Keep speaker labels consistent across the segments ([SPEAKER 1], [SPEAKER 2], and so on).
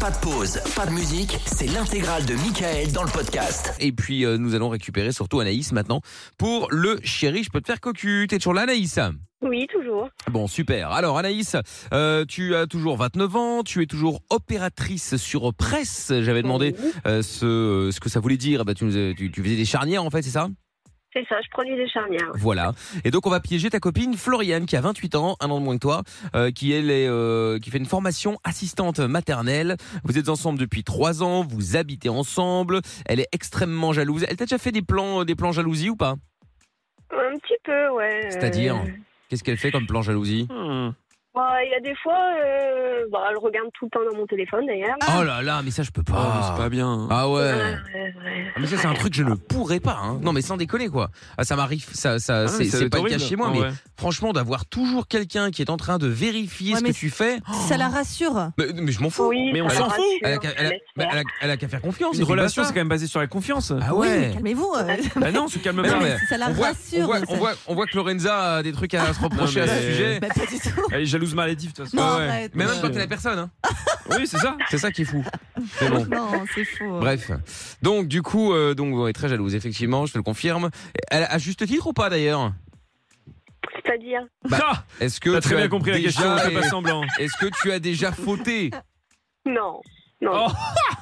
[SPEAKER 1] Pas de pause, pas de musique, c'est l'intégrale de Michael dans le podcast.
[SPEAKER 2] Et puis euh, nous allons récupérer surtout Anaïs maintenant pour le chéri, je peux te faire cocu. T'es toujours là Anaïs
[SPEAKER 3] Oui, toujours.
[SPEAKER 2] Bon, super. Alors Anaïs, euh, tu as toujours 29 ans, tu es toujours opératrice sur presse. J'avais demandé
[SPEAKER 3] Oui.
[SPEAKER 2] euh, ce, ce que ça voulait dire. Bah, tu, nous as- tu- tu faisais des charnières en fait, c'est ça
[SPEAKER 3] C'est ça, je produis des charnières. ouais.
[SPEAKER 2] Voilà. Et donc on va piéger ta copine Floriane qui a 28 ans, un an de moins que toi, euh, qui elle est, euh, qui fait une formation assistante maternelle. Vous êtes ensemble depuis 3 ans, vous habitez ensemble. Elle est extrêmement jalouse. Elle t'a déjà fait des plans, euh, des plans jalousie ou pas
[SPEAKER 3] Un petit peu, ouais. euh,
[SPEAKER 2] C'est-à-dire Qu'est-ce qu'elle fait comme plan jalousie
[SPEAKER 4] Hmm.
[SPEAKER 3] bah, Il y a des fois, euh, bah, elle regarde tout le temps dans mon téléphone d'ailleurs.
[SPEAKER 2] Oh là là, mais ça je peux
[SPEAKER 4] Ah, mais c'est
[SPEAKER 2] pas.
[SPEAKER 4] pas bien.
[SPEAKER 2] Ah ouais.
[SPEAKER 3] Ouais, ouais.
[SPEAKER 2] Ah, Mais ça c'est un truc que je ne pourrais pas. hein. Non mais sans déconner quoi. Ah, ça m'arrive, ça, ça
[SPEAKER 4] Ah, mais
[SPEAKER 2] c'est
[SPEAKER 4] ça
[SPEAKER 2] c'est
[SPEAKER 4] doit
[SPEAKER 2] pas
[SPEAKER 4] être
[SPEAKER 2] le cas
[SPEAKER 4] horrible,
[SPEAKER 2] chez moi,
[SPEAKER 4] en
[SPEAKER 2] mais
[SPEAKER 4] vrai.
[SPEAKER 2] franchement d'avoir toujours quelqu'un qui est en train de vérifier
[SPEAKER 5] Ouais,
[SPEAKER 2] ce que
[SPEAKER 5] mais
[SPEAKER 2] tu fais.
[SPEAKER 5] Ça la rassure.
[SPEAKER 2] Mais, mais je m'en fous.
[SPEAKER 3] Oui,
[SPEAKER 4] Mais on
[SPEAKER 3] ça
[SPEAKER 4] s'en
[SPEAKER 3] me
[SPEAKER 4] fout.
[SPEAKER 3] rassure,
[SPEAKER 2] Elle a qu'à elle a-
[SPEAKER 3] je
[SPEAKER 2] bah, elle
[SPEAKER 3] l'espère.
[SPEAKER 2] a- elle a qu'à faire confiance.
[SPEAKER 4] Une relation, c'est quand même basé sur la confiance.
[SPEAKER 2] même. Ah
[SPEAKER 5] Oui,
[SPEAKER 2] ouais.
[SPEAKER 5] mais calmez-vous. euh,
[SPEAKER 4] Bah non, se calme
[SPEAKER 2] Mais non,
[SPEAKER 4] pas.
[SPEAKER 2] mais
[SPEAKER 5] ça la
[SPEAKER 2] on, voit,
[SPEAKER 5] rassure.
[SPEAKER 2] on voit-
[SPEAKER 5] mais ça-
[SPEAKER 2] on voit- on voit que Lorenza a des trucs à se reprocher à ce
[SPEAKER 4] mais-
[SPEAKER 2] sujet.
[SPEAKER 5] Bah, pas du tout.
[SPEAKER 4] Elle est jalouse malédive, de toute façon.
[SPEAKER 5] Non,
[SPEAKER 4] Ah ouais.
[SPEAKER 5] arrête.
[SPEAKER 2] Mais même
[SPEAKER 4] Ouais.
[SPEAKER 2] quand t'es la personne. hein.
[SPEAKER 4] Oui, c'est ça.
[SPEAKER 2] C'est ça qui est fou. Mais bon.
[SPEAKER 5] Non, c'est faux.
[SPEAKER 2] Bref. Donc, du coup, euh, donc, on est très jalouse, effectivement, je te le confirme. Elle a juste titre ou pas d'ailleurs
[SPEAKER 3] C'est-à-dire
[SPEAKER 2] Bah,
[SPEAKER 4] Ah,
[SPEAKER 2] Est-ce que
[SPEAKER 4] T'as
[SPEAKER 2] tu
[SPEAKER 4] très bien
[SPEAKER 2] as
[SPEAKER 4] compris la
[SPEAKER 2] déjà-
[SPEAKER 4] question, fais pas semblant.
[SPEAKER 2] Est-ce que tu as déjà fauté
[SPEAKER 3] Non. Non.
[SPEAKER 4] Oh,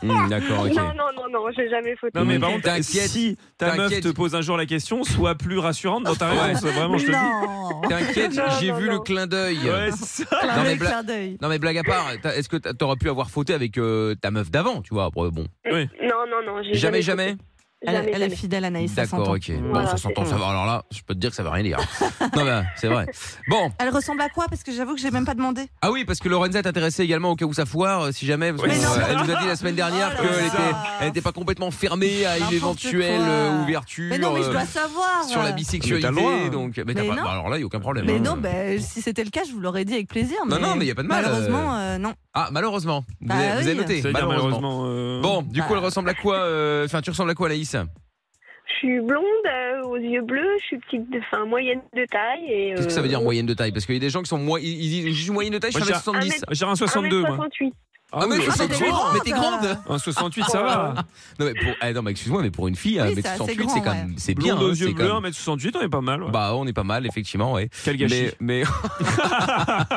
[SPEAKER 2] Hmm, D'accord, ok.
[SPEAKER 3] non, non, non, non, j'ai jamais fauté.
[SPEAKER 4] Non mais par contre,
[SPEAKER 2] T'inquiète.
[SPEAKER 4] si ta meuf
[SPEAKER 2] T'inquiète.
[SPEAKER 4] te pose un jour la question, sois plus rassurante dans ta
[SPEAKER 2] Ouais.
[SPEAKER 4] réponse. Vraiment, je te le dis.
[SPEAKER 5] non.
[SPEAKER 2] T'inquiète,
[SPEAKER 3] Non,
[SPEAKER 2] j'ai
[SPEAKER 3] non,
[SPEAKER 2] vu
[SPEAKER 3] non.
[SPEAKER 2] le clin d'œil.
[SPEAKER 4] Ouais, c'est ça.
[SPEAKER 5] Alors,
[SPEAKER 2] Non, mais
[SPEAKER 5] le
[SPEAKER 2] bla-
[SPEAKER 5] clin d'œil.
[SPEAKER 2] Non mais blague à part, t'as- est-ce que t'a- t'aurais pu avoir fauté avec euh, ta meuf d'avant, tu vois après, Bon,
[SPEAKER 4] Oui.
[SPEAKER 3] Non, non, non, j'ai
[SPEAKER 2] jamais,
[SPEAKER 3] jamais.
[SPEAKER 2] jamais.
[SPEAKER 5] Elle,
[SPEAKER 3] Jamais,
[SPEAKER 5] elle est
[SPEAKER 3] jamais.
[SPEAKER 5] fidèle, Anaïs. ça
[SPEAKER 2] D'accord,
[SPEAKER 5] s'entend.
[SPEAKER 2] ok. Bon,
[SPEAKER 3] Voilà,
[SPEAKER 2] ça
[SPEAKER 3] c'est-
[SPEAKER 2] s'entend, ça va. Alors là, je peux te dire que ça va rien dire. non, bah, c'est vrai. Bon,
[SPEAKER 5] Elle ressemble à quoi Parce que j'avoue que j'ai même pas demandé.
[SPEAKER 2] ah oui, parce que Lorenza est intéressée également au cas où ça foire, euh, si jamais. Parce que,
[SPEAKER 5] Mais non.
[SPEAKER 2] euh, elle nous a dit la semaine dernière
[SPEAKER 4] Ah,
[SPEAKER 5] Oh là
[SPEAKER 2] qu'elle
[SPEAKER 5] là.
[SPEAKER 2] était, elle était pas complètement fermée à une
[SPEAKER 5] N'importe
[SPEAKER 2] éventuelle
[SPEAKER 5] quoi.
[SPEAKER 2] euh, ouverture
[SPEAKER 5] Mais non, mais je dois
[SPEAKER 2] euh,
[SPEAKER 5] savoir.
[SPEAKER 2] sur la
[SPEAKER 4] Mais t'as le droit,
[SPEAKER 2] bisexualité.
[SPEAKER 4] hein.
[SPEAKER 2] Donc, mais t'as
[SPEAKER 5] Mais
[SPEAKER 2] pas-
[SPEAKER 5] non.
[SPEAKER 2] bah, alors là, il n'y a aucun problème.
[SPEAKER 5] Mais
[SPEAKER 2] hein.
[SPEAKER 5] non, bah, si c'était le cas, je vous l'aurais dit avec plaisir.
[SPEAKER 2] Non, non, mais y a pas de mal, euh.
[SPEAKER 5] Malheureusement, euh, non.
[SPEAKER 2] Ah, malheureusement. Vous,
[SPEAKER 5] Bah
[SPEAKER 2] avez, vous
[SPEAKER 5] oui.
[SPEAKER 2] avez noté.
[SPEAKER 4] C'est-à-dire,
[SPEAKER 2] Malheureusement.
[SPEAKER 4] malheureusement. euh,
[SPEAKER 2] Bon, du coup,
[SPEAKER 5] Bah.
[SPEAKER 2] elle ressemble à quoi euh, Enfin, tu ressembles à quoi, Laïs
[SPEAKER 3] Je suis blonde, euh, aux yeux bleus, je suis petite, de, enfin moyenne de taille. et,
[SPEAKER 2] Qu'est-ce que ça veut
[SPEAKER 3] euh,
[SPEAKER 2] dire moyenne de taille Parce qu'il y a des gens qui sont moi, ils ils disent je suis moyenne de taille, je suis
[SPEAKER 4] Moi, j'ai
[SPEAKER 2] 1m70.
[SPEAKER 4] J'ai un 62, moi.
[SPEAKER 3] 1m68.
[SPEAKER 2] Ah, mais
[SPEAKER 4] oui,
[SPEAKER 2] je
[SPEAKER 5] Ah,
[SPEAKER 2] sais
[SPEAKER 5] mais
[SPEAKER 2] que
[SPEAKER 5] t'es
[SPEAKER 2] tu es-
[SPEAKER 5] grande.
[SPEAKER 2] mais t'es grande
[SPEAKER 4] Un 68,
[SPEAKER 2] Ah,
[SPEAKER 4] ça va.
[SPEAKER 2] Non mais pour, eh, non mais excuse-moi mais pour une fille,
[SPEAKER 5] Oui,
[SPEAKER 2] un
[SPEAKER 5] c'est
[SPEAKER 2] mètre
[SPEAKER 5] assez
[SPEAKER 2] 68
[SPEAKER 5] grand,
[SPEAKER 2] c'est quand
[SPEAKER 5] ouais.
[SPEAKER 2] même c'est bien.
[SPEAKER 4] Blonde aux
[SPEAKER 2] hein, c'est
[SPEAKER 4] yeux
[SPEAKER 2] quand
[SPEAKER 4] bleus,
[SPEAKER 2] même-
[SPEAKER 4] 1m68, on est pas mal. ouais.
[SPEAKER 2] Bah on est pas mal effectivement ouais.
[SPEAKER 4] Quel gâchis.
[SPEAKER 2] Mais mais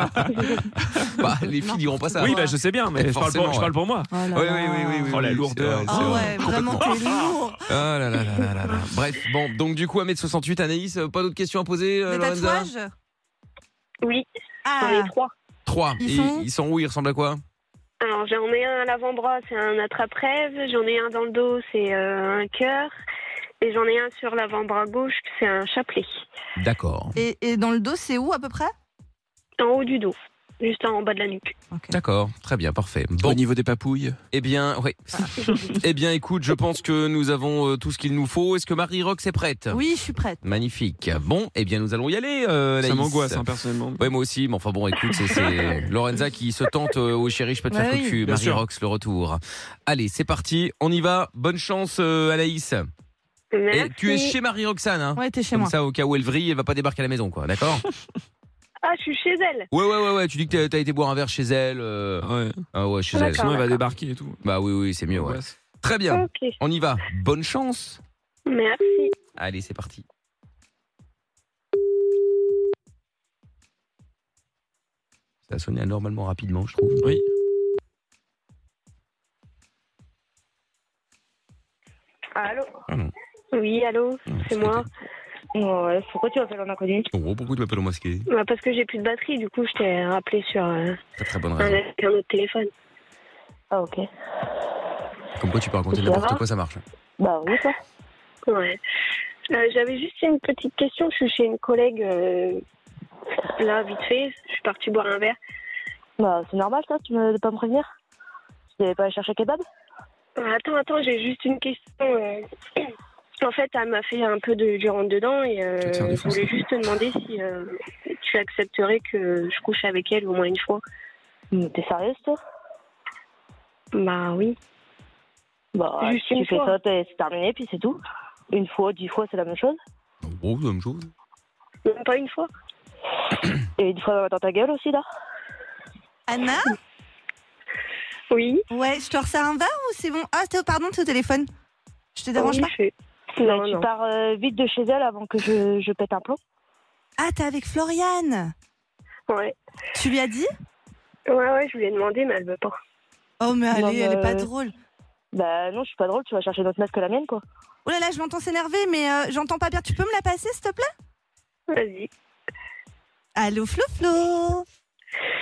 [SPEAKER 2] bah, les filles
[SPEAKER 5] Non.
[SPEAKER 2] diront pas ça.
[SPEAKER 4] Oui, bah je sais bien, mais je parle
[SPEAKER 2] Forcément,
[SPEAKER 4] pour- je parle pour moi.
[SPEAKER 5] Oh là
[SPEAKER 2] Oui, oui,
[SPEAKER 5] là.
[SPEAKER 2] oui, oui, oui,
[SPEAKER 4] Oh, la
[SPEAKER 2] oui,
[SPEAKER 4] lourdeur.
[SPEAKER 2] c'est vrai,
[SPEAKER 5] Ah
[SPEAKER 2] c'est vrai.
[SPEAKER 5] ouais, vraiment, t'es lourd.
[SPEAKER 2] Ah là là là là là là. Bref, bon, donc du coup, 1m68, Anaïs, euh, pas d'autres questions à poser, euh,
[SPEAKER 5] Des
[SPEAKER 2] Lorenza
[SPEAKER 5] tatouages
[SPEAKER 3] Oui, j'en ai
[SPEAKER 5] Ah,
[SPEAKER 3] trois.
[SPEAKER 2] 3.
[SPEAKER 5] Ils
[SPEAKER 2] ils,
[SPEAKER 5] sont
[SPEAKER 2] ils sont où Ils ressemblent à quoi
[SPEAKER 3] Alors j'en ai un à l'avant-bras, c'est un attrape-rêve. J'en ai un dans le dos, c'est euh, un cœur. Et j'en ai un sur l'avant-bras gauche, c'est un chapelet.
[SPEAKER 2] D'accord.
[SPEAKER 5] et, et dans le dos, c'est où à peu près
[SPEAKER 3] En haut du dos, juste en bas de la nuque.
[SPEAKER 5] Ok.
[SPEAKER 2] D'accord, très bien, parfait. Bon,
[SPEAKER 4] niveau des papouilles.
[SPEAKER 2] eh bien, oui. eh bien, écoute, je pense que nous avons euh, tout ce qu'il nous faut. Est-ce que Marie Rox est prête
[SPEAKER 5] Oui, je suis prête.
[SPEAKER 2] Magnifique. Bon, eh bien, nous allons y aller, euh,
[SPEAKER 4] Ça
[SPEAKER 2] Anaïs.
[SPEAKER 4] m'angoisse, hein, personnellement.
[SPEAKER 2] Ouais, moi aussi, mais enfin bon, écoute, c'est- c'est Lorenza qui se tente euh, au chéri, je peux te faire
[SPEAKER 5] Ouais, oui,
[SPEAKER 2] cocu.
[SPEAKER 4] Bah bien
[SPEAKER 2] Marie
[SPEAKER 4] sûr.
[SPEAKER 2] Rox, le retour. Allez, c'est parti, on y va. Bonne chance, euh, Anaïs.
[SPEAKER 3] Merci.
[SPEAKER 2] Et tu es chez Marie Roxane, hein
[SPEAKER 5] Ouais, t'es chez
[SPEAKER 2] Comme
[SPEAKER 5] moi.
[SPEAKER 2] ça, au cas où elle vrille, elle va pas débarquer à la maison, quoi, d'accord
[SPEAKER 3] Ah, je suis chez elle.
[SPEAKER 2] Ouais, ouais, ouais, ouais, tu dis que t'as- t'as été boire un verre chez elle. euh,
[SPEAKER 4] Ouais.
[SPEAKER 2] Ah ouais, chez elle.
[SPEAKER 3] D'accord.
[SPEAKER 4] Sinon, elle va débarquer et tout.
[SPEAKER 2] Bah oui, oui, c'est mieux, ouais.
[SPEAKER 4] Ouais.
[SPEAKER 2] Très bien,
[SPEAKER 3] Ok,
[SPEAKER 2] on y va. Bonne chance.
[SPEAKER 3] merci.
[SPEAKER 2] Allez, c'est parti. Ça a sonné anormalement rapidement, je trouve.
[SPEAKER 4] Oui.
[SPEAKER 6] Allô
[SPEAKER 2] Ah non. Ah,
[SPEAKER 3] Oui, allô, c'est moi.
[SPEAKER 6] Ouais, Pourquoi tu appelles en inconnu
[SPEAKER 2] pourquoi tu m'appelles au masqué
[SPEAKER 3] Bah, parce que j'ai plus de batterie, du coup je t'ai rappelé sur euh,
[SPEAKER 2] Très très bonne
[SPEAKER 3] un,
[SPEAKER 2] raison.
[SPEAKER 3] un autre téléphone.
[SPEAKER 6] Ah ok.
[SPEAKER 2] Comme quoi tu peux raconter
[SPEAKER 6] Ça
[SPEAKER 2] n'importe
[SPEAKER 6] va
[SPEAKER 2] quoi, ça marche.
[SPEAKER 6] Bah oui quoi.
[SPEAKER 3] Ouais. Euh, J'avais juste une petite question. Je suis chez une collègue euh, là, vite fait. Je suis partie boire un verre.
[SPEAKER 6] Bah c'est normal ça, tu me de pas me prévenir Tu devais pas aller chercher kebab
[SPEAKER 3] Euh, Attends, attends, j'ai juste une question. euh. En fait, elle m'a fait un peu de, du rentre-dedans et euh,
[SPEAKER 4] Tu vas te faire
[SPEAKER 3] je voulais juste te demander si euh, tu accepterais que je couche avec elle au moins une fois. Hmm.
[SPEAKER 6] Mais T'es sérieuse toi
[SPEAKER 3] Bah oui.
[SPEAKER 6] Bah
[SPEAKER 3] Juste
[SPEAKER 6] si
[SPEAKER 3] une
[SPEAKER 6] tu fais
[SPEAKER 3] fois.
[SPEAKER 6] ça, t'es- c'est terminé puis c'est tout. Une fois, dix fois c'est la même chose.
[SPEAKER 2] Bon, c'est la même chose.
[SPEAKER 3] Même pas une fois.
[SPEAKER 6] Et une fois dans ta gueule aussi là.
[SPEAKER 5] Anna
[SPEAKER 3] Oui.
[SPEAKER 5] Ouais, je te resserre un verre ou c'est bon Ah, t'es- pardon, t'es au téléphone. Je te dérange
[SPEAKER 3] oui,
[SPEAKER 5] pas
[SPEAKER 3] je-
[SPEAKER 6] Bah,
[SPEAKER 3] Non,
[SPEAKER 6] tu
[SPEAKER 3] non.
[SPEAKER 6] pars euh, vite de chez elle avant que je, je pète un plomb.
[SPEAKER 5] Ah, t'es avec Floriane.
[SPEAKER 3] Ouais.
[SPEAKER 5] Tu lui as dit
[SPEAKER 3] Ouais, ouais, je lui ai demandé, mais elle veut pas.
[SPEAKER 5] Oh, mais allez,
[SPEAKER 6] Non,
[SPEAKER 5] elle est
[SPEAKER 6] mais- euh,
[SPEAKER 5] pas drôle.
[SPEAKER 6] Bah non, je suis pas drôle, tu vas chercher d'autres meufs que la mienne, quoi.
[SPEAKER 5] Oh là là, je l'entends s'énerver, mais euh, j'entends pas bien. Tu peux me la passer, s'il te plaît
[SPEAKER 3] Vas-y.
[SPEAKER 5] Allô, Flo Flo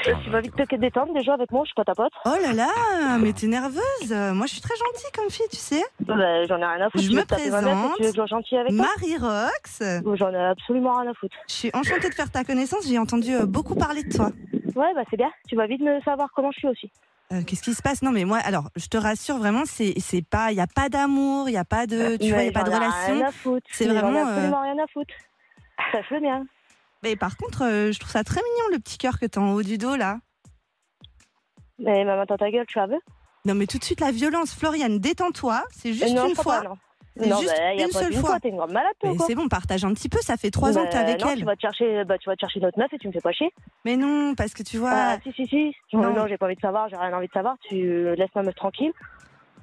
[SPEAKER 6] tu vas vite te détendre déjà avec moi, je suis pas ta pote.
[SPEAKER 5] Oh là là, mais t'es nerveuse. Moi, je suis très gentille comme fille, tu sais.
[SPEAKER 6] Bah, j'en ai rien à foutre.
[SPEAKER 5] Je
[SPEAKER 6] tu veux
[SPEAKER 5] me
[SPEAKER 6] te taper ma meuf et Tu veux que je sois gentille avec toi
[SPEAKER 5] Marie Rox,
[SPEAKER 6] Bah, J'en ai absolument rien à foutre.
[SPEAKER 5] je suis enchantée de faire ta connaissance. J'ai entendu euh, beaucoup parler de toi.
[SPEAKER 6] Ouais, bah c'est bien. Tu vas vite me savoir comment je suis aussi.
[SPEAKER 5] Euh, Qu'est-ce qui se passe Non, mais moi, alors, je te rassure vraiment, c'est c'est pas, il y a pas d'amour, il y a pas de, tu vois, il y a
[SPEAKER 6] Mais
[SPEAKER 5] pas de
[SPEAKER 6] j'en ai
[SPEAKER 5] relation.
[SPEAKER 6] Rien à foutre.
[SPEAKER 5] C'est
[SPEAKER 6] Mais
[SPEAKER 5] vraiment, euh,
[SPEAKER 6] J'en ai absolument rien à foutre. Ça fait bien.
[SPEAKER 5] Mais par contre, euh, je trouve ça très mignon le petit cœur que t'as en haut du dos là.
[SPEAKER 6] Mais maman, t'as ta gueule, tu as veux
[SPEAKER 5] Non, mais tout de suite la violence, Floriane, détends-toi. C'est juste
[SPEAKER 6] Non,
[SPEAKER 5] une
[SPEAKER 6] je crois
[SPEAKER 5] fois.
[SPEAKER 6] pas, non.
[SPEAKER 5] C'est
[SPEAKER 6] Non,
[SPEAKER 5] juste
[SPEAKER 6] bah, y a
[SPEAKER 5] une
[SPEAKER 6] pas
[SPEAKER 5] seule
[SPEAKER 6] d'une
[SPEAKER 5] fois.
[SPEAKER 6] T'es une grande malade, toi,
[SPEAKER 5] mais
[SPEAKER 6] quoi.
[SPEAKER 5] c'est bon, partage un petit peu. Ça fait trois ans que t'es
[SPEAKER 6] Bah,
[SPEAKER 5] avec
[SPEAKER 6] non,
[SPEAKER 5] elle.
[SPEAKER 6] Tu vas, te chercher, bah, tu vas te chercher notre meuf et tu me fais pas chier.
[SPEAKER 5] Mais non, parce que tu vois.
[SPEAKER 6] Ah, si, si, si.
[SPEAKER 5] Non.
[SPEAKER 6] Non, non j'ai pas envie de savoir, j'ai rien envie de savoir. Tu laisses ma meuf tranquille.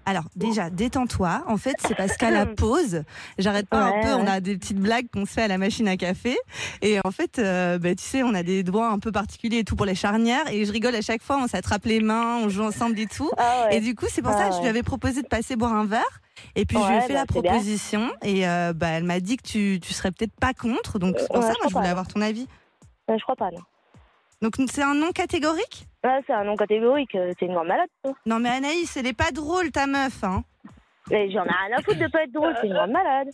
[SPEAKER 5] Alors déjà, détends-toi. En fait, c'est parce qu'à la pause, j'arrête pas un
[SPEAKER 6] Ouais,
[SPEAKER 5] peu. On
[SPEAKER 6] ouais.
[SPEAKER 5] a des petites blagues qu'on se fait à la machine à café. Et en fait, euh, bah, tu sais, on a des droits un peu particuliers et tout pour les charnières. Et je rigole à chaque fois. On s'attrape les mains, on joue ensemble et tout.
[SPEAKER 6] Ah ouais.
[SPEAKER 5] Et du coup, c'est pour
[SPEAKER 6] Ah
[SPEAKER 5] ça que je lui
[SPEAKER 6] ouais.
[SPEAKER 5] avais proposé de passer boire un verre. Et puis je lui ai
[SPEAKER 6] Ouais,
[SPEAKER 5] fait
[SPEAKER 6] bah,
[SPEAKER 5] la
[SPEAKER 6] c'est bien.
[SPEAKER 5] proposition. Et euh, bah, elle m'a dit que tu, tu serais peut-être pas contre. Donc c'est pour
[SPEAKER 6] Ouais,
[SPEAKER 5] ça,
[SPEAKER 6] je
[SPEAKER 5] moi, je
[SPEAKER 6] crois
[SPEAKER 5] voulais
[SPEAKER 6] pas.
[SPEAKER 5] avoir ton avis.
[SPEAKER 6] Euh, je crois pas, non.
[SPEAKER 5] Donc c'est un non catégorique
[SPEAKER 6] Ouais, c'est un non catégorique, euh, t'es une grande malade, toi.
[SPEAKER 5] Non mais Anaïs, elle est pas drôle ta meuf. Hein.
[SPEAKER 6] Mais j'en ai rien à foutre de pas être drôle, t'es une grande malade.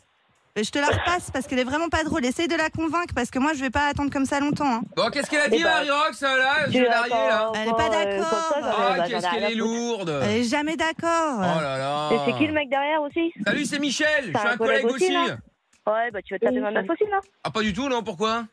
[SPEAKER 5] Mais Je te la repasse parce qu'elle est vraiment pas drôle. Essaye de la convaincre parce que moi je vais pas attendre comme ça longtemps. hein.
[SPEAKER 2] Bon, qu'est-ce qu'elle a dit,
[SPEAKER 6] Eh ben,
[SPEAKER 2] Marie Rox, là Je
[SPEAKER 6] Tu
[SPEAKER 2] viens
[SPEAKER 6] vas
[SPEAKER 2] d'arriver, là.
[SPEAKER 5] Elle est pas
[SPEAKER 6] encore,
[SPEAKER 5] d'accord.
[SPEAKER 6] euh, comme ça, j'en ai-
[SPEAKER 2] Ah,
[SPEAKER 6] bah, j'en ai
[SPEAKER 2] qu'est-ce
[SPEAKER 6] rien
[SPEAKER 2] qu'elle
[SPEAKER 6] à
[SPEAKER 2] est
[SPEAKER 6] foutre.
[SPEAKER 2] lourde
[SPEAKER 5] Elle est jamais d'accord.
[SPEAKER 2] Euh. Oh là
[SPEAKER 6] Et c'est qui le
[SPEAKER 2] là
[SPEAKER 6] mec derrière aussi
[SPEAKER 2] Salut, c'est Michel Je
[SPEAKER 6] T'as
[SPEAKER 2] suis
[SPEAKER 6] un
[SPEAKER 2] un collègue
[SPEAKER 6] collègue aussi,
[SPEAKER 2] aussi
[SPEAKER 6] là Ouais, bah tu vas te taper
[SPEAKER 3] Oui,
[SPEAKER 6] ma
[SPEAKER 3] ça
[SPEAKER 6] meuf aussi, non
[SPEAKER 2] Ah, pas du tout, non Pourquoi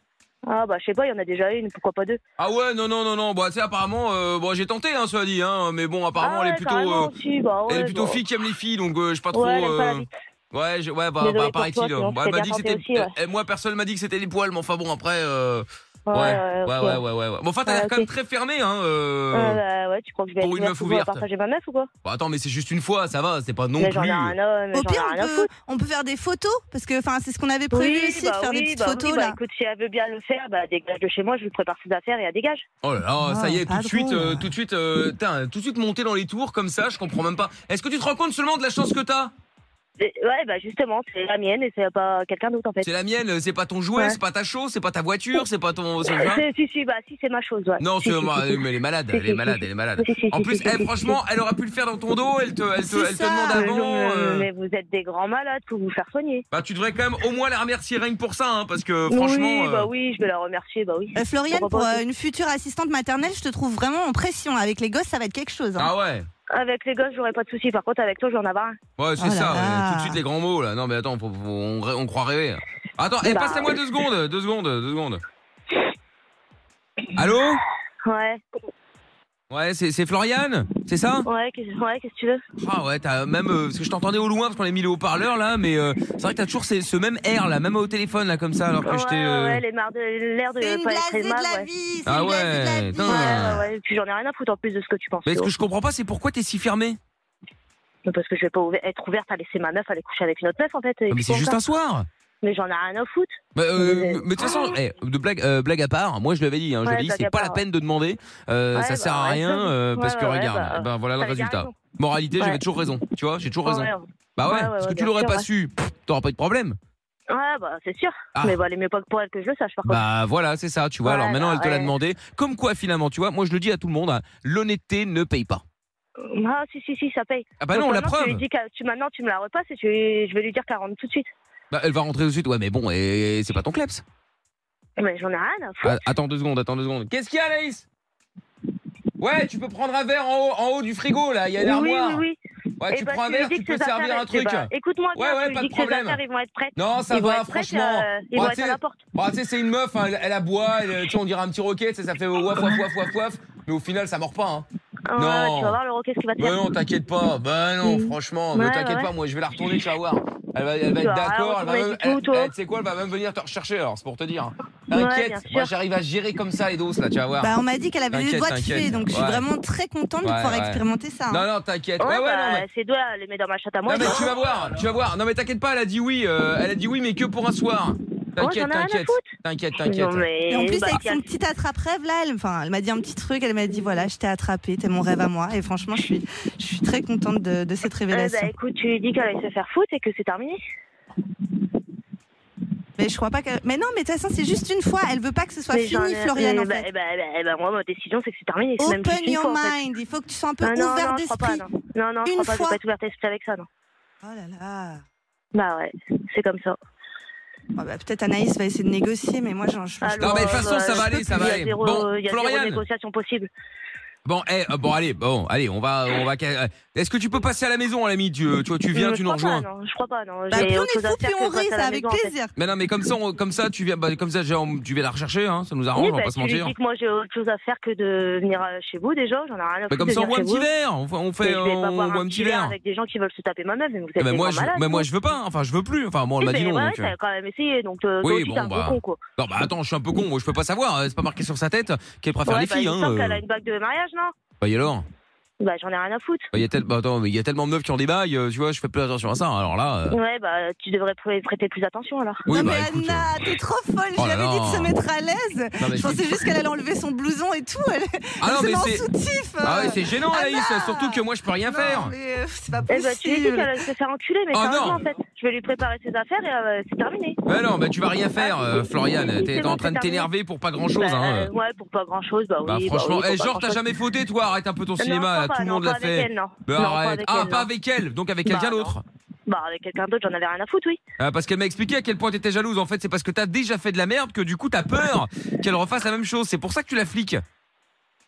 [SPEAKER 6] Ah, bah je sais pas, il y en a déjà une, pourquoi pas deux
[SPEAKER 2] Ah ouais, non, non, non, non. Bah, tu sais, apparemment, euh, bon, j'ai tenté, hein, cela dit, hein, mais bon, apparemment,
[SPEAKER 6] ah,
[SPEAKER 2] elle
[SPEAKER 6] ouais,
[SPEAKER 2] est plutôt,
[SPEAKER 6] carrément,
[SPEAKER 2] euh,
[SPEAKER 6] si, bah, ouais,
[SPEAKER 2] elle est plutôt
[SPEAKER 6] bah.
[SPEAKER 2] fille qui aime les filles, donc euh, je sais pas trop.
[SPEAKER 6] Ouais, elle aime pas la
[SPEAKER 2] euh,
[SPEAKER 6] vie.
[SPEAKER 2] Ouais, je- ouais, bah,
[SPEAKER 6] Désolée
[SPEAKER 2] bah,
[SPEAKER 6] pour
[SPEAKER 2] paraît-il.
[SPEAKER 6] toi, sinon
[SPEAKER 2] bah,
[SPEAKER 6] tu t'es
[SPEAKER 2] elle m'a
[SPEAKER 6] bien
[SPEAKER 2] dit que
[SPEAKER 6] tenté
[SPEAKER 2] c'était.
[SPEAKER 6] aussi, ouais.
[SPEAKER 2] elle- moi, personne m'a dit que c'était les poils, mais enfin bon, après. euh,
[SPEAKER 6] Ouais,
[SPEAKER 2] ouais, ouais,
[SPEAKER 6] ok.
[SPEAKER 2] ouais, ouais, ouais. Bon, enfin, t'as
[SPEAKER 6] Ouais,
[SPEAKER 2] l'air quand
[SPEAKER 6] ok.
[SPEAKER 2] même très fermé, hein. euh.
[SPEAKER 6] Ouais, bah, ouais, tu crois que je vais
[SPEAKER 2] Pour
[SPEAKER 6] être
[SPEAKER 2] une meuf
[SPEAKER 6] pour
[SPEAKER 2] ouverte.
[SPEAKER 6] partager ma meuf ou quoi
[SPEAKER 2] Bah, attends, mais c'est juste une fois, ça va, c'est pas non
[SPEAKER 6] Mais
[SPEAKER 2] plus.
[SPEAKER 6] j'en ai rien à
[SPEAKER 5] Au
[SPEAKER 6] mais j'en ai
[SPEAKER 5] pire, on
[SPEAKER 6] rien à
[SPEAKER 5] peut,
[SPEAKER 6] foutre.
[SPEAKER 5] on peut faire des photos parce que enfin, c'est ce qu'on avait prévu
[SPEAKER 6] Oui,
[SPEAKER 5] aussi
[SPEAKER 6] bah
[SPEAKER 5] de faire des
[SPEAKER 6] oui,
[SPEAKER 5] petites
[SPEAKER 6] bah
[SPEAKER 5] photos
[SPEAKER 6] oui, bah,
[SPEAKER 5] là.
[SPEAKER 6] écoute, si elle veut bien le faire, bah dégage de chez moi, je lui prépare ses affaires et elle dégage.
[SPEAKER 2] Oh là là, ça y est,
[SPEAKER 5] Ah, pas
[SPEAKER 2] tout de suite,
[SPEAKER 5] drôle.
[SPEAKER 2] euh, tout de suite, euh, tain, tout de suite monter dans les tours comme ça, je comprends même pas. Est-ce que tu te rends compte seulement de la chance que t'as
[SPEAKER 6] Et- ouais, bah justement, c'est la mienne et c'est pas quelqu'un d'autre en fait.
[SPEAKER 2] C'est la mienne, euh, c'est pas ton jouet,
[SPEAKER 6] Ouais.
[SPEAKER 2] c'est pas ta chose, c'est pas ta voiture, c'est pas ton. c'est- hein
[SPEAKER 6] C'est- Si, si, bah si, c'est ma chose, ouais.
[SPEAKER 2] Non,
[SPEAKER 6] Si,
[SPEAKER 2] c'est
[SPEAKER 6] si,
[SPEAKER 2] moi,
[SPEAKER 6] si, si.
[SPEAKER 2] mais elle est malade,
[SPEAKER 6] Si,
[SPEAKER 2] elle
[SPEAKER 6] si,
[SPEAKER 2] est
[SPEAKER 6] si,
[SPEAKER 2] malade,
[SPEAKER 6] si.
[SPEAKER 2] elle est malade.
[SPEAKER 6] Si, si,
[SPEAKER 2] En
[SPEAKER 6] si,
[SPEAKER 2] plus,
[SPEAKER 6] si,
[SPEAKER 2] eh,
[SPEAKER 6] si, si.
[SPEAKER 2] franchement, elle aurait pu le faire dans ton dos, elle te, elle te,
[SPEAKER 5] C'est
[SPEAKER 2] elle te
[SPEAKER 5] ça.
[SPEAKER 2] demande
[SPEAKER 5] Ah,
[SPEAKER 6] Mais
[SPEAKER 2] avant.
[SPEAKER 6] non, mais-
[SPEAKER 2] euh,
[SPEAKER 6] Mais vous êtes des grands malades, faut vous faire soigner.
[SPEAKER 2] Bah, tu devrais quand même au moins la remercier rien que pour ça, hein, parce que franchement.
[SPEAKER 6] oui,
[SPEAKER 2] euh,
[SPEAKER 6] bah oui, je vais la remercier, bah oui.
[SPEAKER 5] Euh, Floriane,
[SPEAKER 6] Pourquoi
[SPEAKER 5] pour
[SPEAKER 6] pas
[SPEAKER 5] euh, une future assistante maternelle, je te trouve vraiment en pression. Avec les gosses, ça va être quelque chose. hein.
[SPEAKER 2] Ah ouais,
[SPEAKER 6] Avec les gosses, j'aurais pas de soucis. Par contre, avec toi, j'en avais un.
[SPEAKER 2] ouais, c'est
[SPEAKER 5] Oh là
[SPEAKER 2] ça, ouais,
[SPEAKER 5] là.
[SPEAKER 2] tout de suite les grands mots là. Non, mais attends, faut- faut- on, ré- on croit rêver. Attends, eh,
[SPEAKER 6] Bah.
[SPEAKER 2] passe-moi deux secondes, deux secondes, deux secondes. Allô
[SPEAKER 6] Ouais,
[SPEAKER 2] Ouais, c'est c'est Floriane, c'est ça
[SPEAKER 6] ouais, qu'est- ouais, qu'est-ce que tu veux
[SPEAKER 2] Ah ouais, t'as même euh, parce que je t'entendais au loin parce qu'on a mis le haut-parleur là, mais euh, c'est vrai que t'as toujours ces- ce même air là, même au téléphone là comme ça, alors que
[SPEAKER 6] Ouais,
[SPEAKER 2] je t'ai.
[SPEAKER 6] ouais,
[SPEAKER 2] euh,
[SPEAKER 6] ouais, les marre de l'air de
[SPEAKER 5] C'est une
[SPEAKER 6] pas être
[SPEAKER 5] blasée de
[SPEAKER 6] aimable,
[SPEAKER 5] la
[SPEAKER 6] ouais.
[SPEAKER 5] vie. C'est
[SPEAKER 2] Ah
[SPEAKER 5] une blasée de la
[SPEAKER 2] ouais,
[SPEAKER 5] vie.
[SPEAKER 2] dingue.
[SPEAKER 6] Ouais, ouais, ouais. Et puis j'en ai rien à foutre en plus de ce que tu penses.
[SPEAKER 2] Ah. Mais ce
[SPEAKER 6] Théo.
[SPEAKER 2] que je comprends pas, c'est pourquoi t'es si fermé
[SPEAKER 6] Parce que je vais pas ouver- être ouverte à laisser ma meuf aller coucher avec une autre meuf en fait. et
[SPEAKER 2] Mais
[SPEAKER 6] puis
[SPEAKER 2] c'est
[SPEAKER 6] pour
[SPEAKER 2] juste
[SPEAKER 6] ça.
[SPEAKER 2] un soir.
[SPEAKER 6] Mais j'en ai rien à foutre.
[SPEAKER 2] Bah, euh,
[SPEAKER 6] Mais-
[SPEAKER 2] mais de toute façon, eh, de blague, euh, blague à part, moi je l'avais dit, hein, je
[SPEAKER 6] Ah. Ouais,
[SPEAKER 2] l'ai dit,
[SPEAKER 6] blague
[SPEAKER 2] c'est
[SPEAKER 6] à
[SPEAKER 2] pas
[SPEAKER 6] part,
[SPEAKER 2] la peine de demander, euh,
[SPEAKER 6] Ouais,
[SPEAKER 2] ça
[SPEAKER 6] bah,
[SPEAKER 2] sert à
[SPEAKER 6] ouais,
[SPEAKER 2] rien
[SPEAKER 6] ça,
[SPEAKER 2] euh,
[SPEAKER 6] ouais,
[SPEAKER 2] parce que
[SPEAKER 6] ouais,
[SPEAKER 2] regarde,
[SPEAKER 6] bah,
[SPEAKER 2] ben voilà le
[SPEAKER 6] t'avais bien
[SPEAKER 2] résultat.
[SPEAKER 6] raison.
[SPEAKER 2] Moralité,
[SPEAKER 6] Ouais.
[SPEAKER 2] j'avais toujours raison, tu vois, j'ai toujours raison.
[SPEAKER 6] Ouais,
[SPEAKER 2] Bah ouais,
[SPEAKER 6] Ouais, ouais,
[SPEAKER 2] parce que
[SPEAKER 6] ouais,
[SPEAKER 2] tu
[SPEAKER 6] bien
[SPEAKER 2] l'aurais
[SPEAKER 6] sûr,
[SPEAKER 2] pas
[SPEAKER 6] ouais.
[SPEAKER 2] su, pff, t'aurais pas eu de problème.
[SPEAKER 6] ouais, bah c'est sûr.
[SPEAKER 2] Ah.
[SPEAKER 6] Mais bah, les mieux pas que pour elle que je le sache par contre.
[SPEAKER 2] Bah voilà, c'est ça, tu vois. Alors
[SPEAKER 6] Ouais,
[SPEAKER 2] maintenant,
[SPEAKER 6] bah
[SPEAKER 2] elle te l'a
[SPEAKER 6] ouais.
[SPEAKER 2] demandé. Comme quoi, finalement, tu vois, moi je le dis à tout le monde, hein, l'honnêteté ne paye pas.
[SPEAKER 6] Ah, si, si, si, ça paye.
[SPEAKER 2] Ah bah
[SPEAKER 6] Donc
[SPEAKER 2] non, la
[SPEAKER 6] maintenant, Tu lui
[SPEAKER 2] preuve.
[SPEAKER 6] dis qu'à- tu, maintenant, tu me la repasses et tu, je vais lui dire qu'elle rentre tout de suite.
[SPEAKER 2] Bah, elle va rentrer tout de suite. Ouais, mais bon, et c'est pas ton kleps.
[SPEAKER 6] Mais j'en ai rien à foutre.
[SPEAKER 2] Ah, attends deux secondes, attends deux secondes. Qu'est-ce qu'il y a, Anaïs Ouais, tu peux prendre un verre en haut, en haut du frigo, là. Ah, Il y a une
[SPEAKER 6] oui,
[SPEAKER 2] armoire.
[SPEAKER 6] oui, oui.
[SPEAKER 2] Ouais,
[SPEAKER 6] Eh
[SPEAKER 2] ben, tu
[SPEAKER 6] bah,
[SPEAKER 2] prends un
[SPEAKER 6] lui
[SPEAKER 2] verre,
[SPEAKER 6] dis
[SPEAKER 2] tu
[SPEAKER 6] que
[SPEAKER 2] peux te
[SPEAKER 6] ses
[SPEAKER 2] servir
[SPEAKER 6] affaires,
[SPEAKER 2] un truc.
[SPEAKER 6] eh ben, Écoute-moi
[SPEAKER 2] Ouais,
[SPEAKER 6] bien,
[SPEAKER 2] ouais,
[SPEAKER 6] tu
[SPEAKER 2] pas de
[SPEAKER 6] lui dis que ses
[SPEAKER 2] problème.
[SPEAKER 6] affaires, ils vont être prêtes.
[SPEAKER 2] Non, ça
[SPEAKER 6] Ils vont
[SPEAKER 2] va,
[SPEAKER 6] être prêtes,
[SPEAKER 2] franchement.
[SPEAKER 6] euh, ils
[SPEAKER 2] Bon,
[SPEAKER 6] vont
[SPEAKER 2] tu
[SPEAKER 6] être à
[SPEAKER 2] sais-
[SPEAKER 6] la porte.
[SPEAKER 2] Bon, tu sais, c'est une meuf, hein, elle, elle aboie, elle, tu sais, on dirait un petit roquette, ça, ça fait waf, waf, waf, waf, waf. Mais au final, ça mord pas, hein.
[SPEAKER 6] Ah,
[SPEAKER 2] Non.
[SPEAKER 6] Tu vas voir le roquet ce qu'il va te
[SPEAKER 2] Bah
[SPEAKER 6] faire.
[SPEAKER 2] non, t'inquiète pas. Bah non, franchement, ne
[SPEAKER 6] Ouais,
[SPEAKER 2] t'inquiète
[SPEAKER 6] ouais,
[SPEAKER 2] pas, moi je vais la retourner, tu vas voir. Elle va, elle va
[SPEAKER 6] Tu
[SPEAKER 2] être
[SPEAKER 6] vas
[SPEAKER 2] d'accord. Elle va
[SPEAKER 6] retourner
[SPEAKER 2] même.
[SPEAKER 6] du tout,
[SPEAKER 2] elle-
[SPEAKER 6] toi.
[SPEAKER 2] elle- tu sais quoi, elle va même venir te rechercher alors, c'est pour te dire.
[SPEAKER 6] Ouais,
[SPEAKER 2] T'inquiète,
[SPEAKER 6] bien
[SPEAKER 2] moi
[SPEAKER 6] sûr.
[SPEAKER 2] j'arrive à gérer comme ça les doses là, tu vas voir.
[SPEAKER 5] Bah, on m'a dit qu'elle avait les
[SPEAKER 2] T'inquiète,
[SPEAKER 5] doigts de
[SPEAKER 2] t'inquiète.
[SPEAKER 5] fée, donc je suis
[SPEAKER 2] Ouais.
[SPEAKER 5] vraiment très contente de
[SPEAKER 2] Ouais,
[SPEAKER 5] pouvoir
[SPEAKER 2] ouais.
[SPEAKER 5] expérimenter ça. hein.
[SPEAKER 2] Non, non, t'inquiète.
[SPEAKER 6] Ouais,
[SPEAKER 2] Ouais, ouais,
[SPEAKER 6] bah,
[SPEAKER 2] non, mais.
[SPEAKER 6] Ses doigts, elle les met dans ma chatte à moi.
[SPEAKER 2] Non mais
[SPEAKER 6] je-
[SPEAKER 2] tu vas voir, tu vas voir. Non mais t'inquiète pas, elle a dit oui, euh, elle a dit oui mais que pour un soir.
[SPEAKER 6] Oh,
[SPEAKER 2] T'inquiète,
[SPEAKER 6] j'en ai rien à
[SPEAKER 2] t'inquiète,
[SPEAKER 6] foutre.
[SPEAKER 2] t'inquiète,
[SPEAKER 6] Non,
[SPEAKER 2] t'inquiète.
[SPEAKER 6] mais.
[SPEAKER 5] Et en plus,
[SPEAKER 6] bah,
[SPEAKER 5] avec
[SPEAKER 6] tiens,
[SPEAKER 5] son petit attrape-rêve, là, elle, enfin, elle m'a dit un petit truc, elle m'a dit voilà, je t'ai attrapé, t'es mon rêve à moi. Et franchement, je suis, je suis très contente de, de cette
[SPEAKER 6] euh,
[SPEAKER 5] révélation.
[SPEAKER 6] bah, écoute, tu lui dis qu'elle allait se faire foutre et que c'est terminé.
[SPEAKER 5] Mais je crois pas que. Mais non, mais de toute façon, c'est juste une fois. Elle veut pas que ce soit
[SPEAKER 6] Mais j'en
[SPEAKER 5] fini,
[SPEAKER 6] ai-
[SPEAKER 5] Floriane, en
[SPEAKER 6] eh bah,
[SPEAKER 5] fait.
[SPEAKER 6] eh bah, eh bah, eh bah, moi, ma décision, c'est que c'est terminé. C'est même plus
[SPEAKER 5] Open
[SPEAKER 6] une
[SPEAKER 5] your
[SPEAKER 6] fois, en fait.
[SPEAKER 5] mind. Il faut que tu sois un peu
[SPEAKER 6] Ah, non,
[SPEAKER 5] ouvert
[SPEAKER 6] non, je crois pas,
[SPEAKER 5] d'esprit.
[SPEAKER 6] non. Non, non, je
[SPEAKER 5] Une
[SPEAKER 6] crois pas, je
[SPEAKER 5] fois.
[SPEAKER 6] vais pas être ouvert d'esprit avec ça, non.
[SPEAKER 5] Oh là là.
[SPEAKER 6] Bah ouais, c'est comme ça.
[SPEAKER 5] Oh, bah, Peut-être Anaïs va essayer de négocier, mais moi,
[SPEAKER 6] Ah,
[SPEAKER 5] j'en je pense.
[SPEAKER 2] Non, mais de toute façon, ça va aller, ça va
[SPEAKER 6] Il y
[SPEAKER 2] aller.
[SPEAKER 6] a zéro,
[SPEAKER 2] Bon,
[SPEAKER 6] il y a
[SPEAKER 2] Floriane.
[SPEAKER 6] zéro négociation possible.
[SPEAKER 2] Bon, eh, euh, bon allez, bon, allez, on va on va euh, Est-ce que tu peux passer à la maison à l'ami tu, euh, tu vois, tu viens,
[SPEAKER 6] Non,
[SPEAKER 2] tu
[SPEAKER 6] je
[SPEAKER 2] nous
[SPEAKER 6] crois pas,
[SPEAKER 2] rejoins.
[SPEAKER 6] non, Je crois pas, non.
[SPEAKER 5] Bah, plus
[SPEAKER 6] J'ai
[SPEAKER 5] on
[SPEAKER 6] autre chose
[SPEAKER 5] est
[SPEAKER 6] à
[SPEAKER 5] fou,
[SPEAKER 6] faire
[SPEAKER 5] plus
[SPEAKER 6] que
[SPEAKER 5] on
[SPEAKER 6] de passer
[SPEAKER 5] rit,
[SPEAKER 6] à
[SPEAKER 5] ça,
[SPEAKER 6] la
[SPEAKER 5] avec
[SPEAKER 6] maison, en fait.
[SPEAKER 5] plaisir.
[SPEAKER 2] Mais non mais comme ça on- comme ça tu viens bah, comme ça j'ai- on- tu viens la rechercher hein, ça nous arrange,
[SPEAKER 6] Oui,
[SPEAKER 2] on va
[SPEAKER 6] bah,
[SPEAKER 2] pas se
[SPEAKER 6] tu lui
[SPEAKER 2] mentir.
[SPEAKER 6] dis que moi j'ai autre chose à faire que de venir euh, chez vous déjà, j'en ai rien à
[SPEAKER 2] Mais
[SPEAKER 6] foutre
[SPEAKER 2] comme
[SPEAKER 6] de
[SPEAKER 2] ça on boit un
[SPEAKER 6] venir chez
[SPEAKER 2] petit
[SPEAKER 6] vous.
[SPEAKER 2] verre, on, fait- on
[SPEAKER 6] Mais
[SPEAKER 2] fait
[SPEAKER 6] je
[SPEAKER 2] on,
[SPEAKER 6] vais pas boire
[SPEAKER 2] boit un petit verre.
[SPEAKER 6] avec des gens qui veulent se taper ma meuf, mais vous
[SPEAKER 2] Eh
[SPEAKER 6] êtes
[SPEAKER 2] ben,
[SPEAKER 6] des
[SPEAKER 2] moi
[SPEAKER 6] grands
[SPEAKER 2] je
[SPEAKER 6] malades,
[SPEAKER 2] mais moi
[SPEAKER 6] vous.
[SPEAKER 2] je veux pas, hein. enfin je veux plus, enfin moi on
[SPEAKER 6] Oui,
[SPEAKER 2] m'a dit
[SPEAKER 6] mais
[SPEAKER 2] non
[SPEAKER 6] ouais,
[SPEAKER 2] donc. euh.
[SPEAKER 6] t'as quand même essayé, donc euh, toi
[SPEAKER 2] Oui,
[SPEAKER 6] aussi,
[SPEAKER 2] bon,
[SPEAKER 6] t'es un gros
[SPEAKER 2] bah,
[SPEAKER 6] con, quoi.
[SPEAKER 2] Non bah attends, je suis un peu con, moi je peux pas savoir, euh, c'est pas marqué sur sa tête qu'elle préfère
[SPEAKER 6] Ouais,
[SPEAKER 2] les
[SPEAKER 6] bah,
[SPEAKER 2] filles
[SPEAKER 6] il me
[SPEAKER 2] hein.
[SPEAKER 6] semble qu'elle
[SPEAKER 2] euh.
[SPEAKER 6] a une bague de mariage, non
[SPEAKER 2] Bah et alors
[SPEAKER 6] Bah j'en ai rien à foutre.
[SPEAKER 2] Bah, il y a tel- bah, attends, mais il y a tellement de meufs qui ont des bagues, euh, tu vois, je fais plus attention à ça. Alors là euh,
[SPEAKER 6] Ouais, bah tu devrais pr- prêter plus attention alors.
[SPEAKER 2] Oui,
[SPEAKER 5] non,
[SPEAKER 2] bah,
[SPEAKER 5] mais
[SPEAKER 2] écoute,
[SPEAKER 5] Anna, t'es trop folle.
[SPEAKER 2] Oh
[SPEAKER 5] je lui
[SPEAKER 2] là
[SPEAKER 5] avais dit de
[SPEAKER 2] là.
[SPEAKER 5] se mettre à l'aise.
[SPEAKER 2] non, mais-
[SPEAKER 5] Je pensais juste qu'elle allait enlever son blouson et tout. Elle,
[SPEAKER 2] Ah non
[SPEAKER 5] elle
[SPEAKER 2] mais
[SPEAKER 5] se met en
[SPEAKER 2] c'est
[SPEAKER 5] soutif.
[SPEAKER 2] Ah
[SPEAKER 5] euh.
[SPEAKER 2] ouais, c'est gênant Anaïs,
[SPEAKER 5] Anna
[SPEAKER 2] surtout que moi je peux rien
[SPEAKER 5] Non,
[SPEAKER 2] faire.
[SPEAKER 5] mais, euh, c'est pas
[SPEAKER 6] Eh bah tu lui dis qu'elle
[SPEAKER 5] possible.
[SPEAKER 6] allait se faire enculer, mais
[SPEAKER 2] Oh,
[SPEAKER 6] sérieusement,
[SPEAKER 2] non.
[SPEAKER 6] en fait. Je vais lui préparer ses affaires et euh, c'est terminé.
[SPEAKER 2] Bah non, bah tu vas rien faire, euh, Floriane.
[SPEAKER 6] Oui,
[SPEAKER 2] T'es
[SPEAKER 6] c'est
[SPEAKER 2] en
[SPEAKER 6] bon,
[SPEAKER 2] train de
[SPEAKER 6] c'est terminé.
[SPEAKER 2] t'énerver pour pas grand chose.
[SPEAKER 6] Bah,
[SPEAKER 2] Hein.
[SPEAKER 6] euh, ouais, pour pas grand chose, bah oui.
[SPEAKER 2] Bah
[SPEAKER 6] bah oui,
[SPEAKER 2] franchement,
[SPEAKER 6] pour
[SPEAKER 2] eh,
[SPEAKER 6] pas
[SPEAKER 2] genre t'as
[SPEAKER 6] grand-chose.
[SPEAKER 2] jamais fauté toi, arrête un peu ton
[SPEAKER 6] Non,
[SPEAKER 2] cinéma,
[SPEAKER 6] pas,
[SPEAKER 2] là, tout le
[SPEAKER 6] non,
[SPEAKER 2] monde
[SPEAKER 6] pas
[SPEAKER 2] l'a
[SPEAKER 6] avec
[SPEAKER 2] fait.
[SPEAKER 6] elle, non.
[SPEAKER 2] Bah
[SPEAKER 6] Non, pas
[SPEAKER 2] arrête.
[SPEAKER 6] avec
[SPEAKER 2] ah,
[SPEAKER 6] elle,
[SPEAKER 2] pas
[SPEAKER 6] non.
[SPEAKER 2] avec elle, donc avec quelqu'un
[SPEAKER 6] Bah, non.
[SPEAKER 2] d'autre.
[SPEAKER 6] Bah, avec quelqu'un d'autre, j'en avais rien à foutre, oui.
[SPEAKER 2] Euh, parce qu'elle m'a expliqué à quel point t'étais jalouse. En fait, c'est parce que t'as déjà fait de la merde que du coup t'as peur qu'elle refasse la même chose. C'est pour ça que tu la fliques.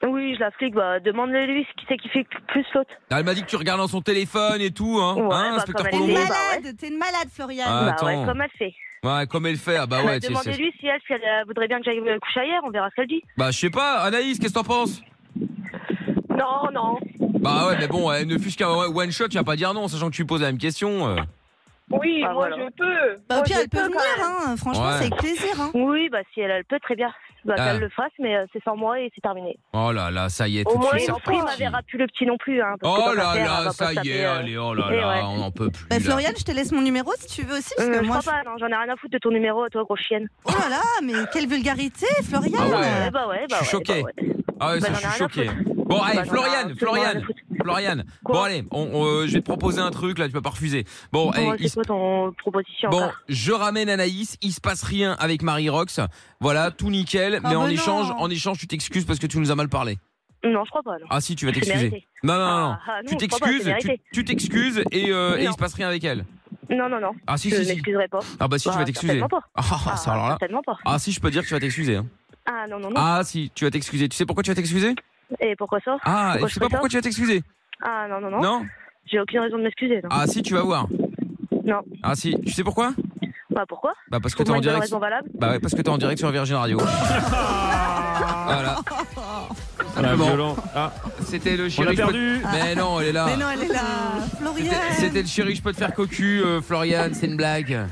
[SPEAKER 6] Oui, je la flic, bah, demande-le lui, qui c'est qui fait plus l'autre.
[SPEAKER 2] Elle m'a dit que tu regardes dans son téléphone et tout, hein,
[SPEAKER 6] Ouais,
[SPEAKER 2] hein
[SPEAKER 6] bah,
[SPEAKER 2] inspecteur
[SPEAKER 6] comme
[SPEAKER 5] T'es
[SPEAKER 6] elle
[SPEAKER 5] une
[SPEAKER 6] est-
[SPEAKER 2] Colombo.
[SPEAKER 6] Bah ouais.
[SPEAKER 5] malade, t'es une malade, Floriane.
[SPEAKER 2] Ah,
[SPEAKER 6] bah, ouais,
[SPEAKER 2] attends.
[SPEAKER 6] comme elle fait.
[SPEAKER 2] Ouais, comme elle fait. Ah bah
[SPEAKER 6] Bah,
[SPEAKER 2] ouais, tu sais, c'est-
[SPEAKER 6] demandez-lui si elle, si elle euh, voudrait bien que j'aille euh, coucher ailleurs, on verra ce qu'elle dit.
[SPEAKER 2] Bah je sais pas, Anaïs, qu'est-ce que t'en penses
[SPEAKER 6] Non, non.
[SPEAKER 2] Bah ouais, mais bon, euh, ne fût-ce qu'un one shot, tu vas pas dire non, sachant que tu poses la même question. euh.
[SPEAKER 7] Oui,
[SPEAKER 6] Ah,
[SPEAKER 7] moi
[SPEAKER 6] voilà.
[SPEAKER 7] je peux.
[SPEAKER 5] Bah, au
[SPEAKER 7] Moi,
[SPEAKER 5] pire,
[SPEAKER 7] je
[SPEAKER 5] elle peut
[SPEAKER 7] peux
[SPEAKER 5] venir,
[SPEAKER 7] quand même.
[SPEAKER 5] hein. franchement,
[SPEAKER 2] Ouais.
[SPEAKER 5] c'est avec plaisir. Hein.
[SPEAKER 6] Oui, bah, si elle, elle peut, très bien. Bah,
[SPEAKER 2] Ah.
[SPEAKER 6] qu'elle le fasse, mais euh, c'est sans moi et c'est terminé.
[SPEAKER 2] Oh là là, ça y est, tout
[SPEAKER 6] Au
[SPEAKER 2] de
[SPEAKER 6] moins,
[SPEAKER 2] suite,
[SPEAKER 6] et
[SPEAKER 2] c'est
[SPEAKER 6] en prime,
[SPEAKER 2] reparti.
[SPEAKER 6] elle verra plus le petit non plus, hein. parce que
[SPEAKER 2] Oh
[SPEAKER 6] comme
[SPEAKER 2] là
[SPEAKER 6] affaire, elle va
[SPEAKER 2] là,
[SPEAKER 6] pas
[SPEAKER 2] ça
[SPEAKER 6] se
[SPEAKER 2] y
[SPEAKER 6] taper,
[SPEAKER 2] est,
[SPEAKER 6] euh,
[SPEAKER 2] allez, oh là
[SPEAKER 6] eh
[SPEAKER 2] là,
[SPEAKER 6] ouais.
[SPEAKER 2] on n'en peut plus.
[SPEAKER 5] Bah,
[SPEAKER 2] là.
[SPEAKER 5] Floriane, je te laisse mon numéro si tu veux aussi. Parce
[SPEAKER 6] euh,
[SPEAKER 5] que
[SPEAKER 6] je
[SPEAKER 5] moi,
[SPEAKER 6] crois pas, non, j'en ai rien à foutre de ton numéro, toi, gros chienne.
[SPEAKER 5] je- Oh là là, mais quelle vulgarité, Floriane.
[SPEAKER 2] Ah ouais.
[SPEAKER 6] Eh bah ouais, bah
[SPEAKER 2] Je suis
[SPEAKER 6] ouais,
[SPEAKER 2] choqué.
[SPEAKER 6] bah ouais.
[SPEAKER 2] Ah ouais,
[SPEAKER 6] Bah,
[SPEAKER 2] ça, je
[SPEAKER 6] j'en ai
[SPEAKER 2] suis
[SPEAKER 6] rien à
[SPEAKER 2] choqué.
[SPEAKER 6] foutre.
[SPEAKER 2] Bon, allez,
[SPEAKER 6] Bah, j'en ai rien
[SPEAKER 2] Floriane,
[SPEAKER 6] à foutre, j'en ai rien à
[SPEAKER 2] Floriane,
[SPEAKER 6] foutre.
[SPEAKER 2] Floriane.
[SPEAKER 6] Quoi
[SPEAKER 2] Bon, allez, on, on- je vais te proposer un truc, là, tu vas pas refuser. Bon,
[SPEAKER 6] Bon,
[SPEAKER 2] eh, il
[SPEAKER 6] c'est
[SPEAKER 2] se-
[SPEAKER 6] quoi ton proposition
[SPEAKER 2] bon,
[SPEAKER 6] encore
[SPEAKER 2] je ramène Anaïs, il se passe rien avec Marie Rox. Voilà, tout nickel, mais
[SPEAKER 5] bah
[SPEAKER 2] en
[SPEAKER 5] non.
[SPEAKER 2] échange, en échange, tu t'excuses parce que tu nous as mal parlé.
[SPEAKER 6] Non, je crois pas, non.
[SPEAKER 2] Ah si, tu vas
[SPEAKER 6] C'est
[SPEAKER 2] t'excuser.
[SPEAKER 6] mérité.
[SPEAKER 2] Non, non, non, non.
[SPEAKER 6] Ah, ah, non,
[SPEAKER 2] Tu
[SPEAKER 6] je crois pas, c'est
[SPEAKER 2] t'excuses, tu-
[SPEAKER 6] mérité.
[SPEAKER 2] tu t'excuses et, euh, et il
[SPEAKER 6] Non.
[SPEAKER 2] se passe rien avec elle.
[SPEAKER 6] Non, non, non.
[SPEAKER 2] Ah si,
[SPEAKER 6] Je
[SPEAKER 2] si,
[SPEAKER 6] ne
[SPEAKER 2] si.
[SPEAKER 6] m'excuserai pas.
[SPEAKER 2] Ah bah si, tu
[SPEAKER 6] Bah,
[SPEAKER 2] vas t'excuser.
[SPEAKER 6] certainement pas.
[SPEAKER 2] Ah, ah, ça, alors là.
[SPEAKER 6] Certainement pas.
[SPEAKER 2] Ah si, je peux dire que tu vas t'excuser. hein.
[SPEAKER 6] Ah non, non, non.
[SPEAKER 2] Ah si, tu vas t'excuser. Tu sais pourquoi tu vas t'excuser
[SPEAKER 6] Et pourquoi ça
[SPEAKER 2] Ah, je
[SPEAKER 6] Pourquoi je
[SPEAKER 2] sais pas
[SPEAKER 6] fais ça
[SPEAKER 2] pourquoi tu vas t'excuser.
[SPEAKER 6] Ah non, non, non.
[SPEAKER 2] Non
[SPEAKER 6] J'ai aucune raison de m'excuser. Non.
[SPEAKER 2] Ah si, tu vas voir.
[SPEAKER 6] Non.
[SPEAKER 2] Ah si, tu sais pourquoi
[SPEAKER 6] Bah pourquoi
[SPEAKER 2] Bah parce que t'es
[SPEAKER 6] Pour moi,
[SPEAKER 2] en
[SPEAKER 6] une bonne
[SPEAKER 2] direct.
[SPEAKER 6] raison valable.
[SPEAKER 2] Bah ouais, parce que t'es en direct sur Virgin Radio. voilà.
[SPEAKER 4] Ah,
[SPEAKER 2] Bon.
[SPEAKER 4] violent. Ah,
[SPEAKER 2] C'était le
[SPEAKER 4] on a
[SPEAKER 2] chéri. je peux-
[SPEAKER 4] perdu.
[SPEAKER 2] Mais non, elle est là.
[SPEAKER 5] Mais non, elle est là.
[SPEAKER 2] C'était-
[SPEAKER 5] Floriane.
[SPEAKER 2] C'était le chéri, je peux te faire cocu, euh, Floriane, c'est une blague.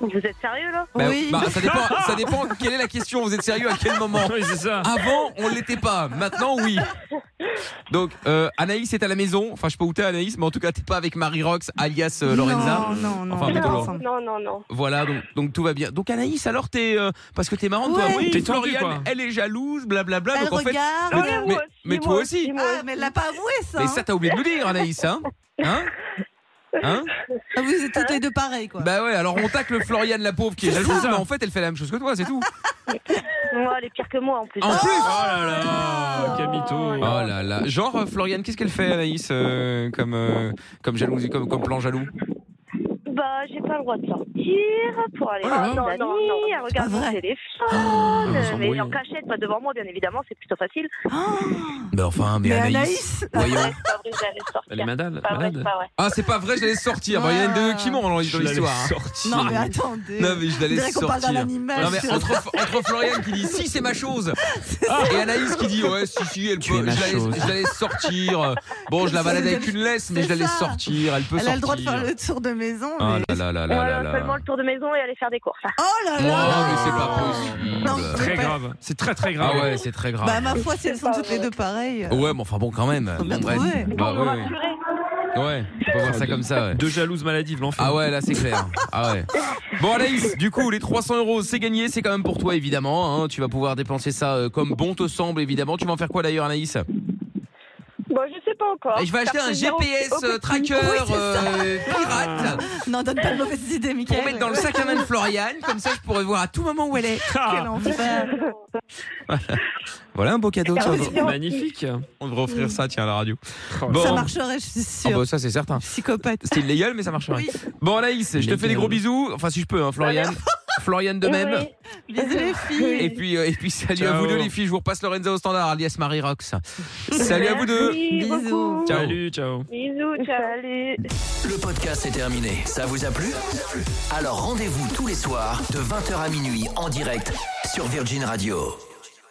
[SPEAKER 6] Vous êtes sérieux là
[SPEAKER 2] Bah,
[SPEAKER 5] Oui.
[SPEAKER 2] bah, ça dépend, ça dépend quelle est la question, vous êtes sérieux à quel moment
[SPEAKER 4] Oui, c'est ça.
[SPEAKER 2] Avant, on l'était pas. Maintenant, oui. Donc, euh, Anaïs est à la maison. Enfin, je sais pas où t'es, Anaïs, mais en tout cas, t'es pas avec Marie Rox, alias euh, Lorenza.
[SPEAKER 5] Non, non, non.
[SPEAKER 2] Enfin,
[SPEAKER 5] on est
[SPEAKER 2] plutôt
[SPEAKER 5] pas
[SPEAKER 2] Laurent.
[SPEAKER 5] ensemble.
[SPEAKER 7] Non, non, non.
[SPEAKER 2] Voilà, donc, donc tout va bien. Donc, Anaïs, alors t'es. euh, parce que t'es marrante,
[SPEAKER 5] Ouais.
[SPEAKER 2] toi.
[SPEAKER 4] Oui,
[SPEAKER 2] t'es
[SPEAKER 4] t'es tendue,
[SPEAKER 2] Floriane,
[SPEAKER 4] quoi.
[SPEAKER 2] elle est jalouse, blablabla.
[SPEAKER 5] Elle
[SPEAKER 2] Ah, donc, en fait.
[SPEAKER 5] regarde.
[SPEAKER 2] Mais-
[SPEAKER 7] Ouais, moi
[SPEAKER 2] mais-
[SPEAKER 7] aussi,
[SPEAKER 2] mais toi
[SPEAKER 7] moi
[SPEAKER 2] aussi.
[SPEAKER 7] moi
[SPEAKER 5] Ah, mais elle l'a pas avoué, ça.
[SPEAKER 2] Mais
[SPEAKER 5] hein.
[SPEAKER 2] ça, t'as oublié de nous dire, Anaïs, hein Hein Hein
[SPEAKER 5] Ah, Vous êtes toutes les deux pareilles, quoi.
[SPEAKER 2] Bah ouais, alors on tacle Floriane, la pauvre, qui est
[SPEAKER 4] C'est
[SPEAKER 2] jalouse,
[SPEAKER 4] ça.
[SPEAKER 2] mais en fait, elle fait la même chose que toi, c'est tout.
[SPEAKER 6] Moi, elle est pire que moi en
[SPEAKER 5] Ah.
[SPEAKER 6] plus. Ah,
[SPEAKER 2] En plus
[SPEAKER 4] Oh là là, quel
[SPEAKER 2] Oh
[SPEAKER 4] mytho.
[SPEAKER 2] là là. Genre, euh, Floriane, qu'est-ce qu'elle fait, Anaïs, euh, comme, euh, comme jalousie, comme, comme plan jaloux
[SPEAKER 6] Bah, j'ai pas le droit de ça. voiture, pour aller
[SPEAKER 2] Oh là
[SPEAKER 6] voir
[SPEAKER 2] là.
[SPEAKER 6] des amis,
[SPEAKER 3] Non, non, non,
[SPEAKER 6] à regarder
[SPEAKER 5] pas
[SPEAKER 6] mon
[SPEAKER 5] vrai.
[SPEAKER 2] Ah,
[SPEAKER 6] téléphone. euh,
[SPEAKER 2] ils sont
[SPEAKER 6] mais en
[SPEAKER 2] brouillés.
[SPEAKER 6] cachette, pas devant moi, bien évidemment, c'est plutôt facile.
[SPEAKER 5] Oh.
[SPEAKER 2] Mais Bah, enfin, mais,
[SPEAKER 5] Mais
[SPEAKER 2] Anaïs.
[SPEAKER 5] Anaïs.
[SPEAKER 2] Voyons.
[SPEAKER 6] C'est pas vrai, j'allais
[SPEAKER 4] Elle est
[SPEAKER 6] sortir.
[SPEAKER 4] malade.
[SPEAKER 6] Pas vrai, c'est
[SPEAKER 4] malade.
[SPEAKER 6] pas vrai.
[SPEAKER 2] Ah, c'est pas vrai, je l'allais sortir. Bah, Il y en a une de- qui ment dans
[SPEAKER 4] Je
[SPEAKER 2] l'histoire. hein.
[SPEAKER 4] l'avais sorti.
[SPEAKER 5] Ah, Non, mais attendez.
[SPEAKER 2] Non, mais je
[SPEAKER 5] On
[SPEAKER 2] l'allais
[SPEAKER 5] dirait qu'on parle d'un
[SPEAKER 2] sortir.
[SPEAKER 5] animal.
[SPEAKER 2] Non, mais
[SPEAKER 5] sur-
[SPEAKER 2] entre, entre Florian qui dit si, c'est ma chose. Et Anaïs qui dit ouais, si, si, elle
[SPEAKER 4] Tu
[SPEAKER 2] peut.
[SPEAKER 4] es
[SPEAKER 2] Je
[SPEAKER 4] ma
[SPEAKER 2] l'allais-
[SPEAKER 4] chose.
[SPEAKER 2] je l'allais sortir. Bon, je la balade avec une laisse, mais je
[SPEAKER 5] C'est
[SPEAKER 2] l'allais
[SPEAKER 5] ça.
[SPEAKER 2] sortir. Elle peut
[SPEAKER 5] Elle
[SPEAKER 2] sortir.
[SPEAKER 5] a le droit de faire le tour de maison.
[SPEAKER 2] Ah
[SPEAKER 5] mais-
[SPEAKER 2] là là là
[SPEAKER 6] On
[SPEAKER 2] là
[SPEAKER 6] va
[SPEAKER 2] là
[SPEAKER 6] seulement
[SPEAKER 2] là.
[SPEAKER 6] le tour de maison et aller faire des courses.
[SPEAKER 5] Oh là
[SPEAKER 2] Oh,
[SPEAKER 5] là
[SPEAKER 2] mais c'est pas possible.
[SPEAKER 5] Non, c'est
[SPEAKER 4] Très
[SPEAKER 5] pas-
[SPEAKER 4] grave. C'est très très grave.
[SPEAKER 2] Ah ouais, c'est très grave.
[SPEAKER 5] Bah, ma foi, si elles
[SPEAKER 6] C'est
[SPEAKER 5] sont
[SPEAKER 6] pas
[SPEAKER 5] toutes les
[SPEAKER 6] vrai.
[SPEAKER 5] deux pareilles.
[SPEAKER 2] Ouais, mais enfin bon, quand même.
[SPEAKER 5] Faut bien
[SPEAKER 2] Bon, bref.
[SPEAKER 5] trouver.
[SPEAKER 2] Bah, ouais, ouais.
[SPEAKER 6] Purée.
[SPEAKER 2] Ouais, on peut voir ça comme ça, ouais.
[SPEAKER 4] Deux jalouses maladives, l'enfer.
[SPEAKER 2] Ah ouais, là c'est clair. Ah ouais. Bon Anaïs, du coup les 300 euros c'est gagné, c'est quand même pour toi évidemment. hein. Tu vas pouvoir dépenser ça euh, comme bon te semble évidemment. Tu vas en faire quoi d'ailleurs Anaïs
[SPEAKER 5] Bah,
[SPEAKER 6] Bon, je sais pas encore.
[SPEAKER 2] Et Je vais acheter un
[SPEAKER 6] Carte numéro-
[SPEAKER 2] GPS
[SPEAKER 6] au
[SPEAKER 2] euh,
[SPEAKER 6] petit-
[SPEAKER 2] tracker
[SPEAKER 5] Oui, c'est ça.
[SPEAKER 2] euh, pirate
[SPEAKER 5] Non, donne pas de mauvaises idées,
[SPEAKER 2] pour
[SPEAKER 5] Michael.
[SPEAKER 2] mettre dans le sac à main de Florian. Comme ça je pourrais voir à tout moment où elle est.
[SPEAKER 5] Quel
[SPEAKER 4] Ah,
[SPEAKER 5] enfer.
[SPEAKER 2] Voilà un beau
[SPEAKER 5] Ah
[SPEAKER 2] cadeau.
[SPEAKER 6] ça.
[SPEAKER 4] magnifique.
[SPEAKER 2] On devrait offrir ça tiens à la radio.
[SPEAKER 4] Bon.
[SPEAKER 5] Ça marcherait, je suis
[SPEAKER 2] Ah
[SPEAKER 5] sûre.
[SPEAKER 2] bah ça c'est certain.
[SPEAKER 5] Psychopathe.
[SPEAKER 2] C'est illégal mais ça marcherait.
[SPEAKER 5] Oui,
[SPEAKER 2] Bon Anaïs, je te fais des gros bisous. Enfin si je peux, hein, Florian. Florian de même.
[SPEAKER 6] Bah, Oui.
[SPEAKER 5] bisous les filles.
[SPEAKER 2] Et puis, euh, et puis salut à
[SPEAKER 4] Ciao.
[SPEAKER 2] vous deux les filles, je vous repasse Lorenza au standard, alias Marie Rox. Salut à vous deux
[SPEAKER 6] Merci
[SPEAKER 5] Bisous.
[SPEAKER 6] beaucoup.
[SPEAKER 2] Ciao.
[SPEAKER 4] Salut, ciao.
[SPEAKER 6] Bisous, ciao. Salut.
[SPEAKER 1] Le podcast est terminé. Ça vous a plu Alors rendez-vous tous les soirs de 20h à minuit en direct sur Virgin Radio.